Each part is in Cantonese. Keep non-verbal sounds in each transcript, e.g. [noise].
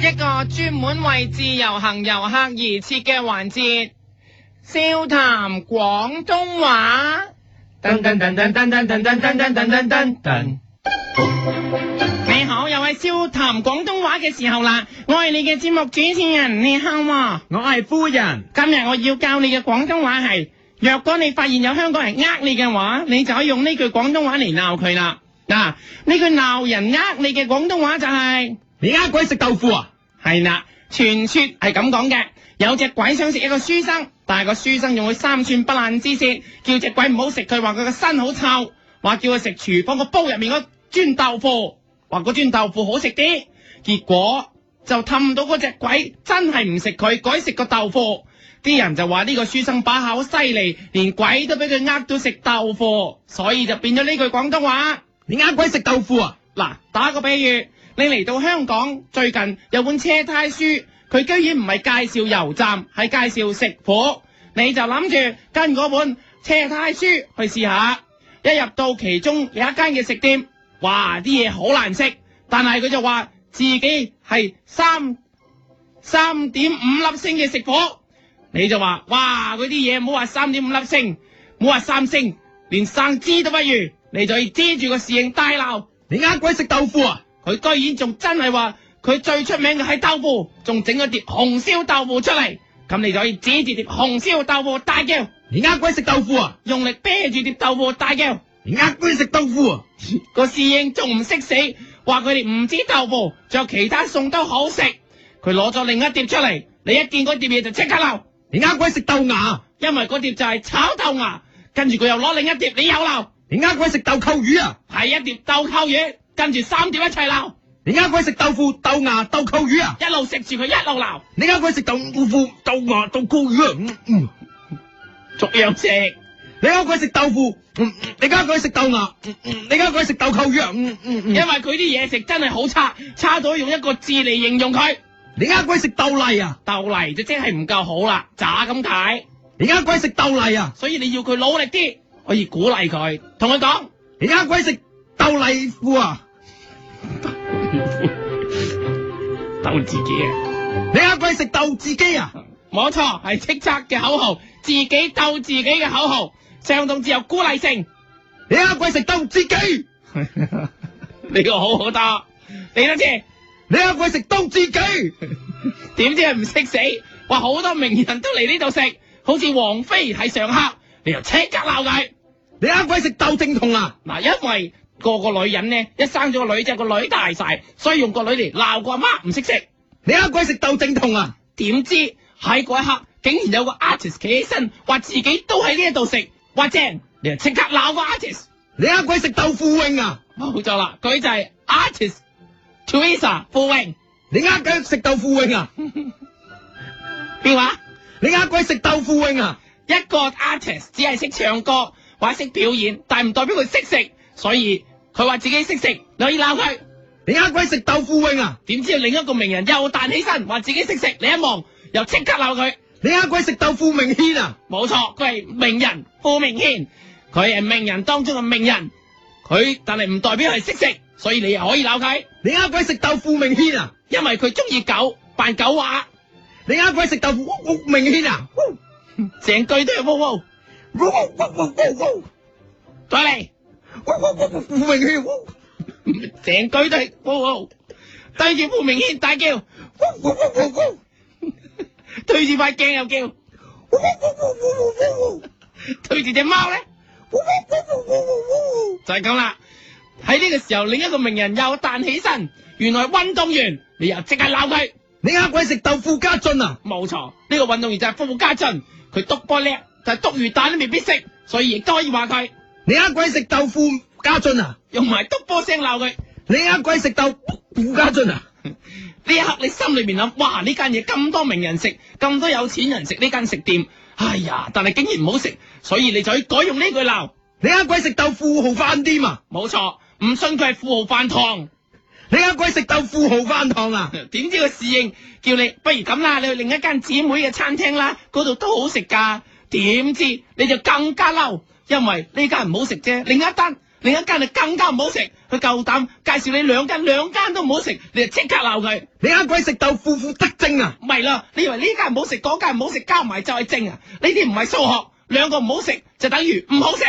一個專門為自由行遊客而設嘅環節，笑談廣東話。噔噔噔噔噔噔噔噔噔噔噔噔噔。你好，又係笑談廣東話嘅時候啦，我係你嘅節目主持人，你好啊。我係夫人。今日我要教你嘅廣東話係，若果你發現有香港人呃你嘅話，你就可以用呢句廣東話嚟鬧佢啦。嗱、呢句鬧人呃你嘅廣東話就係、你呃鬼食豆腐啊？係啦，傳說係咁講嘅，有隻鬼想食一個書生，但係個書生用佢三寸不爛之舌，叫隻鬼唔好食佢，話佢個身好臭，話叫佢食廚房個煲入面嗰磚豆腐，話嗰磚豆腐好食啲，結果就氹到嗰隻鬼真係唔食佢，改食個豆腐。啲人就話呢個書生把口犀利，連鬼都俾佢呃到食豆腐，所以就變咗呢句廣東話。你呃鬼食豆腐啊？嗱，打個比喻，你嚟到香港最近有本車胎書，佢居然唔係介紹油站，係介紹食譜，你就諗住跟嗰本車胎書去試下。一入到其中有一間嘅食店，哇！啲嘢好難食，但係佢就話自己係三三點五粒星嘅食譜，你就話哇！嗰啲嘢唔好話三點五粒星，唔好話三星，連生枝都不如，你就要遮住個侍應大鬧。你呃鬼食豆腐啊？佢居然仲真係話佢最出名嘅係豆腐，仲整咗碟紅燒豆腐出嚟。咁你就可以指住碟紅燒豆腐大叫，你呃鬼食豆腐啊？用力啤住碟豆腐大叫。 [laughs] 你呃鬼食豆腐啊？個侍應仲唔識死，話佢哋唔止豆腐，仲有其他餸都好食。佢攞咗另一碟出嚟，你一見嗰碟嘢就即刻鬧，你呃鬼食豆芽？因為嗰碟就係炒豆芽。跟住佢又攞另一碟，你又鬧，你呃鬼食豆蔻魚啊？係一碟豆蔻魚，跟住三碟一齊鬧，你呃鬼食豆腐、豆芽、豆蔻魚啊？一路食住佢一路鬧，你呃鬼食豆腐、豆芽、豆蔻魚啊？嗯嗯。逐樣食。你呃鬼食豆腐，嗯嗯你呃鬼食豆芽，嗯嗯你呃鬼食豆蔻魚啊？嗯嗯因嗯為佢啲嘢食真係好差，差到用一個字嚟形容佢，你呃鬼食豆泥啊？豆泥就即係唔夠好啦，渣咁解。你呃鬼食豆泥啊？所以你要佢努力啲，可以鼓勵佢，同佢講你呃鬼食豆泥腐啊？鬥自己啊，你呃鬼食豆自己啊？冇錯，係叱咤嘅口號，自己鬥自己嘅口號，相當之有鼓勵性。你呃鬼食豆自己，呢個好好多，你都知，你呃鬼食豆自己，點知佢唔識死，話好多名人都嚟呢度食，好似王菲係常客，你又即刻鬧佢。你呃鬼食豆正同啊？嗱，因為個個女人咧，一生咗個女之後，個女大晒，所以用個女嚟鬧個阿媽唔識食。你呃鬼食豆正同啊？點知喺嗰一刻，竟然有個 artist 企起身，話自己都喺呢一度食，話正，你就即刻鬧個 artist。你呃鬼食豆腐泳啊？冇咗啦，佢就係 artist Teresa 傅穎，你呃鬼食豆腐泳啊？邊話？你呃鬼食豆腐泳啊？啊一個 artist 只係識唱歌或者識表演，但唔代表佢識食，所以佢話自己識食，你可以鬧佢。你呃鬼食豆腐泳啊？點知另一個名人又彈起身，話自己識食，你一望又即刻鬧佢。你呃鬼食豆腐明軒啊？冇錯，佢係名人傅明軒，佢係名人當中嘅名人，佢但係唔代表係識食，所以你又可以鬧佢，你呃鬼食豆腐明軒啊？因為佢中意狗，扮狗話，你呃鬼食豆腐屋屋明軒啊？成句都係汪汪。呜呜呜呜呜再嚟，呜呜明軒，呜成句都係汪汪，對住傅明軒大叫，呜呜呜呜對住塊鏡又叫，呜呜呜對住隻貓咧呜就係咁啦。喺呢個時候，另一個名人又彈起身，原來係運動員，你又即刻鬧佢。你呃鬼食豆腐家俊啊？冇錯，呢、個運動員就係傅家俊，佢篤波叻，但係篤魚蛋都未必識，所以亦都可以話佢你呃鬼食豆腐家俊啊？用埋篤波聲鬧佢。你呃鬼食豆腐家俊啊？呢一刻你心裏面諗，哇！呢間嘢咁多名人食，咁多有錢人食呢間食店，哎呀！但係竟然唔好食，所以你就要改用呢句鬧。你呃鬼食豆腐豪飯店啊？冇錯，唔信佢係富豪飯堂，你呃鬼食豆腐豪飯堂啊？ [coughs] 點知個侍應叫你不如咁啦，你去另一間姊妹嘅餐廳啦，嗰度都好食㗎。點知你就更加嬲，因為呢間唔好食啫，另一單另一間就更加唔好食。佢夠膽介紹你兩間，兩間都唔好食，你就即刻鬧佢。你呃鬼食豆腐腐得正啊！唔係啦，你以為呢間唔好食，嗰間唔好食，加埋就係正啊？呢啲唔係數學，兩個唔好食就等於唔好食，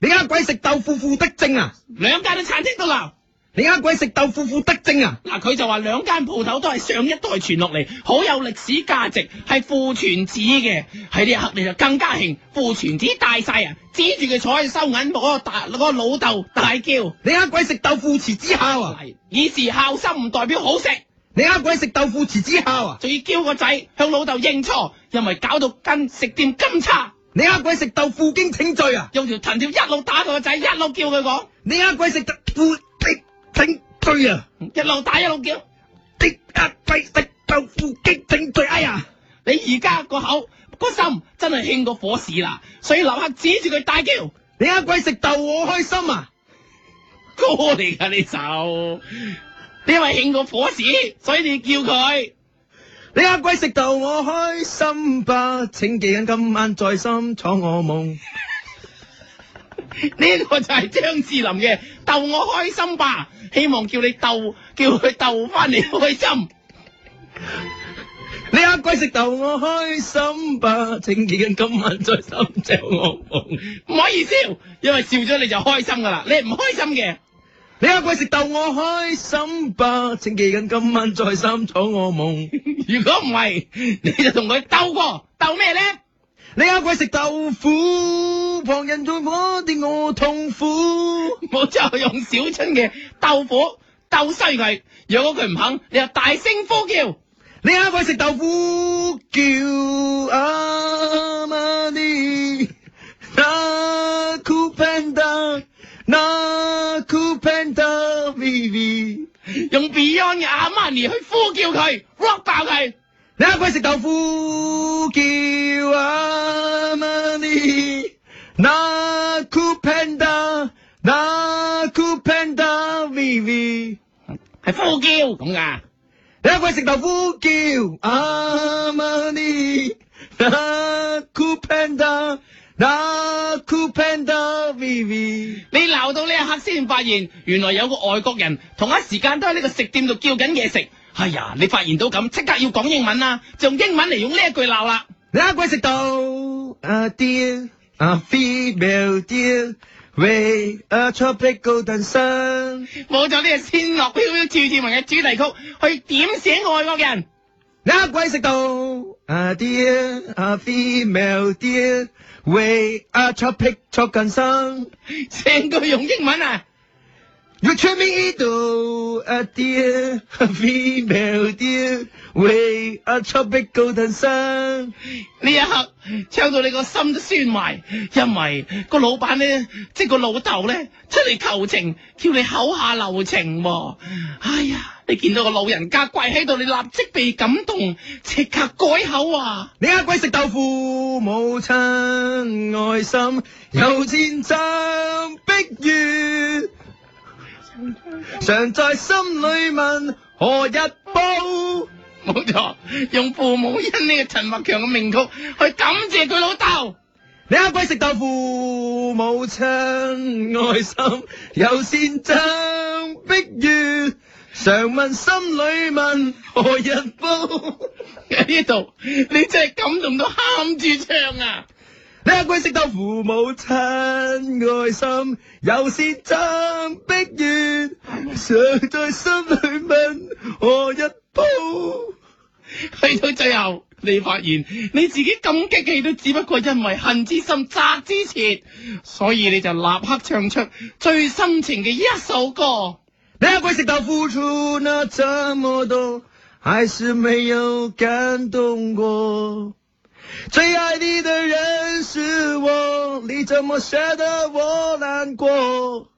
你呃鬼食豆腐腐得正啊！兩間都餐廳都鬧。你呃鬼食豆腐腐得正啊！嗱，佢就話兩間鋪頭都係上一代傳落嚟，好有歷史價值，係父傳子嘅。喺呢一刻你就更加興，父傳子大晒啊，指住佢坐喺收銀部嗰個大嗰個老豆大叫。你呃鬼食豆腐豉之孝啊！嚟，以示孝心唔代表好食，你呃鬼食豆腐豉之孝啊！仲要叫個仔向老豆認錯，因為搞到間食店咁差，你呃鬼食豆腐經請罪啊！用條藤條一路打佢個仔，一路叫佢講，你呃鬼食豆腐經請罪啊！一路打一路叫。你呃鬼食豆腐經請罪哎呀！你而家個口個心真係興過火屎啦，所以立刻指住佢大叫。你呃鬼食豆我開心啊！歌嚟噶呢首，你因為興過火屎，所以你叫佢。你呃鬼食豆我開心吧，請記緊今晚在心闖我夢。呢個就係張智霖嘅《逗我開心吧》，希望叫你逗，叫佢逗翻你開心。你呃鬼食豆我開心吧，請記緊今晚在心闖我夢。唔可以笑，因為笑咗你就開心噶啦。你唔開心嘅，你呃鬼食豆我開心吧，請記緊今晚在心闖我夢。如果唔係，你就同佢鬥過，鬥咩咧？你呃鬼食豆腐，旁人在我的我痛苦。冇之後用小春嘅鬥火鬥衰佢。如果佢唔肯，你就大聲呼叫。你呃鬼食豆腐叫阿瑪尼，那酷 panda，那酷 panda baby。用 Beyond 嘅阿瑪尼去呼叫佢，rock 爆佢。你呃鬼食豆腐叫阿瑪尼，那酷 panda，那酷 panda baby。係呼叫咁噶。你一鬼食豆腐叫阿瑪尼，那酷 panda，那酷 panda baby。你鬧到呢一刻先發現，原來有個外國人同一時間都喺呢個食店度叫緊嘢食。哎呀，你發現到咁，即刻要講英文啦，就用英文嚟用呢一句鬧啦。你一鬼食豆，a deer, a female deer, with a tropical dancer。冇咗呢個仙樂飄飄處處聞嘅主題曲，去點醒外國人。你一鬼食豆，a deer, a female deer, with a tropical dancer。成句用英文啊！ You turn me into a deer, a female deer, way a tropical dancer。呢一刻唱到你個心都酸埋，因為個老闆咧，即係個老豆咧出嚟求情，叫你口下留情、喎。哎呀，你見到個老人家跪喺度，你立即被感動，即刻改口啊！ [laughs] 你呃鬼食豆腐，母親愛心，有千層碧月，常在心裏問何日報？冇錯，用父母恩呢個陳百強嘅名曲去感謝佢老豆。你呃鬼食豆腐，母親愛心，有善憎碧月，常問心裏問何日報？喺呢度，你真係感動到喊住唱啊！你呃鬼食豆腐，母親愛心，有善憎碧月，常在心裏問何日報？ [laughs] 去到最後，你發現你自己咁激氣都只不過因為恨之心責之切，所以你就立刻唱出最深情嘅一首歌。你呃鬼食豆付出了这么多，还是没有感动过。最爱你的人是我，你怎么舍得我难过？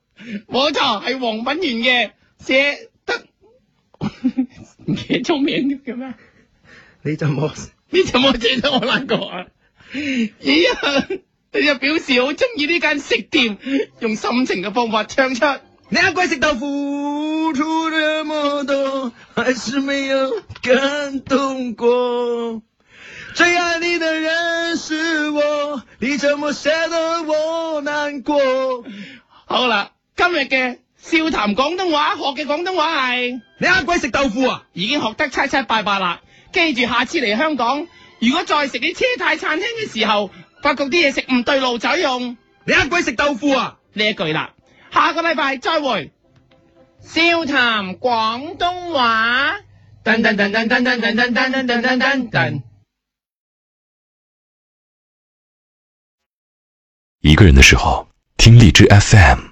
冇錯，係黃品源嘅寫得 [laughs] 唔記得咗名嘅咩？你怎么？你怎麼借咗我難過啊？咦啊！你就表示好中意呢間食店，用深情嘅方法唱出。你呃鬼食豆付出这么多，还是没有感动过。最爱你的人是我，你怎么舍得我难过？好啦，今日嘅笑談廣東話學嘅廣東話係你呃鬼食豆腐啊？已經學得七七八八啦。記住下次嚟香港，如果再食啲車太餐廳嘅時候，發覺啲嘢食唔對路就用你呃鬼食豆腐啊？呢一句啦。下個禮拜再會。笑談廣東話。噔噔噔噔噔噔噔噔噔噔噔噔噔。一个人的时候，听荔枝 FM。